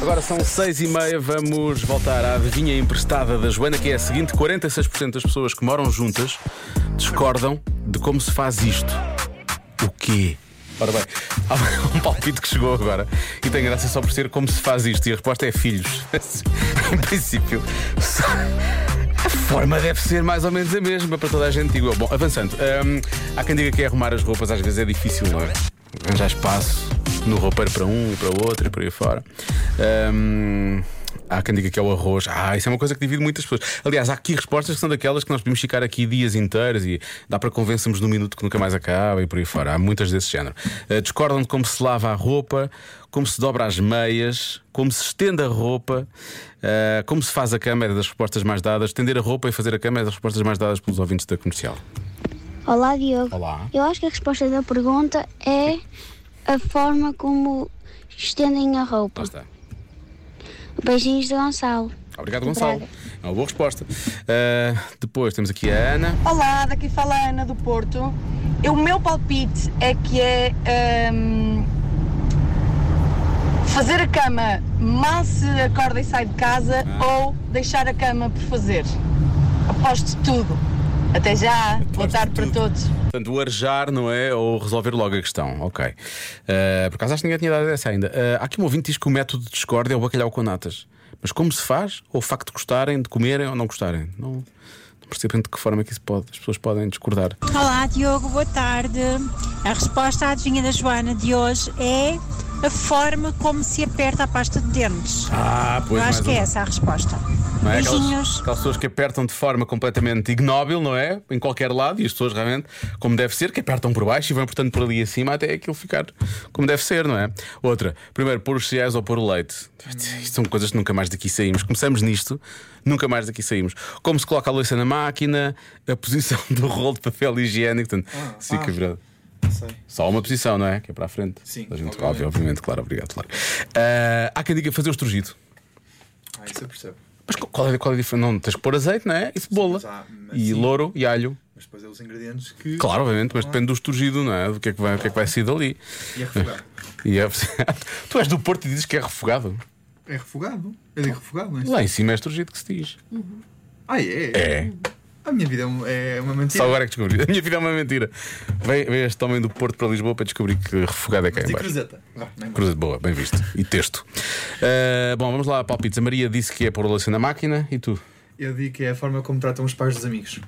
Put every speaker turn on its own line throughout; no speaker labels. Agora são seis e meia, vamos voltar à adivinha emprestada da Joana, que é a seguinte: 46% das pessoas que moram juntas discordam de como se faz isto. O quê? Ora bem, há um palpite que chegou agora e tem graça só por ser como se faz isto. E a resposta é filhos. em princípio, só- a forma deve ser mais ou menos a mesma para toda a gente, digo eu. Bom, avançando. hum, há quem diga que arrumar as roupas às vezes é difícil, não é? Arranjar espaço no roupeiro para um e para o outro e por aí fora. Hum, Há quem diga que é o arroz. Ah, isso é uma coisa que divide muitas pessoas. Aliás, há aqui respostas que são daquelas que nós podemos ficar aqui dias inteiros e dá para convencermos num minuto que nunca mais acaba e por aí fora. Há muitas desse género. Eh, discordam de como se lava a roupa, como se dobra as meias, como se estende a roupa, eh, como se faz a cama, é das respostas mais dadas. Estender a roupa e fazer a cama é das respostas mais dadas pelos ouvintes da comercial.
Olá, Diogo.
Olá.
Eu acho que a resposta da pergunta é a forma como estendem a
Lá
roupa.
está.
Beijinhos de Gonçalo.
Obrigado,
De
Gonçalo.
Braga.
É uma boa resposta. Eh, depois temos aqui a Ana.
Olá, daqui fala a Ana do Porto. E O meu palpite é que é hum, fazer a cama mal se acorda e sai de casa
Ah.
ou deixar a cama por fazer. Aposto tudo. Até já. Boa
Aposto
tarde para
tudo.
todos.
Portanto, o arejar, não é? Ou resolver logo a questão. Ok. Eh, por acaso acho que ninguém tinha dado essa ainda. Eh, há aqui um ouvinte que diz que o método de discórdia é o bacalhau com natas. Mas como se faz? Ou o facto de gostarem, de comerem ou não gostarem? Não, não percebo de que forma é que isso pode. As pessoas podem discordar.
Olá Diogo, boa tarde. A resposta à adivinha da Joana de hoje é a forma como se aperta a pasta de dentes.
Ah, pois
Eu acho que é
uma.
essa a resposta.
Não é? Aquelas,
Beijinhos.
aquelas pessoas que apertam de forma completamente ignóbil, não é? Em qualquer lado, e as pessoas realmente, como deve ser, que apertam por baixo e vão, portanto, por ali acima até aquilo ficar como deve ser, não é? Outra, primeiro, pôr os cereais ou pôr o leite. Isto são coisas que nunca mais daqui saímos. Começamos nisto, nunca mais daqui saímos. Como se coloca a louça na máquina, a posição do rolo de papel higiênico, portanto,
Ah,
se fica virado. Só uma posição, não é? Que é para a frente.
Sim,
A gente,
obviamente.
obviamente. claro, obrigado, claro. Ah, há quem diga fazer o estrugido.
Ah, isso eu percebo.
Mas qu- qual é, qual é a diferença? Não, tens de pôr azeite, não é? E cebola.
mas há- mas
e
sim.
louro e alho.
Mas depois é os ingredientes que.
Claro, obviamente, mas depende do esturgido, não é? Do que é que vai, o que é que vai sair dali.
E é refogado.
E é- tu és do Porto e dizes que é refogado.
É refogado? Eu digo refogado, não é?
Lá em cima é esturgido que se diz.
Ah, é?
É.
A minha vida é um- é uma mentira.
Só agora é que descobri. A minha vida é uma mentira. Vem, vem este homem do Porto para Lisboa para descobrir que refogado é cá
Mas e
em baixo.
cruzeta? Vá, não importa.
Cruz de boa, bem visto. E texto. Ah, bom, vamos lá a palpites. A Maria disse que é pôr a louça na máquina e tu?
Eu digo que é a forma como tratam os pais dos amigos.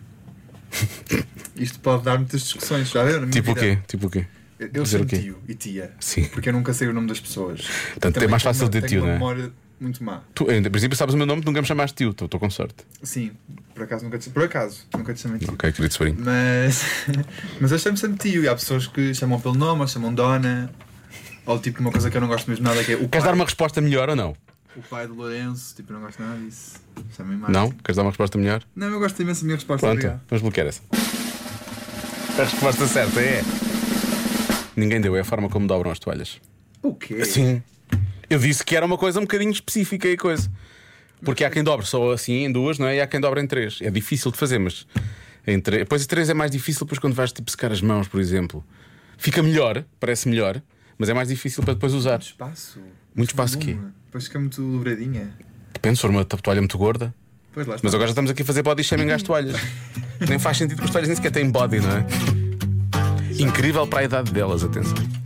Isto pode dar muitas discussões, já viu? Na minha
Tipo o
vida.
quê? Tipo o quê?
Eu- Eu
Dizer
sou
o quê?
tio e tia.
Sim.
Porque eu nunca sei o nome das pessoas.
Portanto, é mais fácil de
tenho
tio,
uma
não é?
memória muito má.
Tu, em princípio, sabes o meu nome, tu nunca me chamaste tio. Estou estou com sorte.
Sim, por acaso nunca te, por acaso, nunca te chamei tio.
Ok, querido sobrinho.
Mas, mas eu chamo sempre tio e há pessoas que chamam pelo nome ou chamam Dona. Ou tipo uma coisa que eu não gosto mesmo nada que é o pai,
Queres dar uma resposta melhor ou não?
o pai do Lourenço, tipo, eu não gosto nada disso. Chamem mais.
Não? Queres dar uma resposta melhor?
Não, eu gosto imenso da minha resposta.
Pronto,
obrigado.
vamos bloquear essa. A resposta certa é. Ninguém deu, é a forma como dobram as toalhas.
O quê?
Sim. Eu disse que era uma coisa um bocadinho específica e coisa. Porque há quem dobre só assim em duas, não é? E há quem dobre em três. É difícil de fazer, mas. Em três... Depois em três é mais difícil, depois quando vais tipo secar as mãos, por exemplo. Fica melhor, parece melhor, mas é mais difícil para depois usar.
Espaço.
Muito espaço
Volume.
quê?
Depois fica muito dobradinha.
Depende se for uma toalha muito gorda.
Pois lá está.
Mas agora já estamos aqui a fazer body shaming às toalhas. Nem faz sentido que as toalhas nem sequer têm body, não é? Incrível para a idade delas, atenção.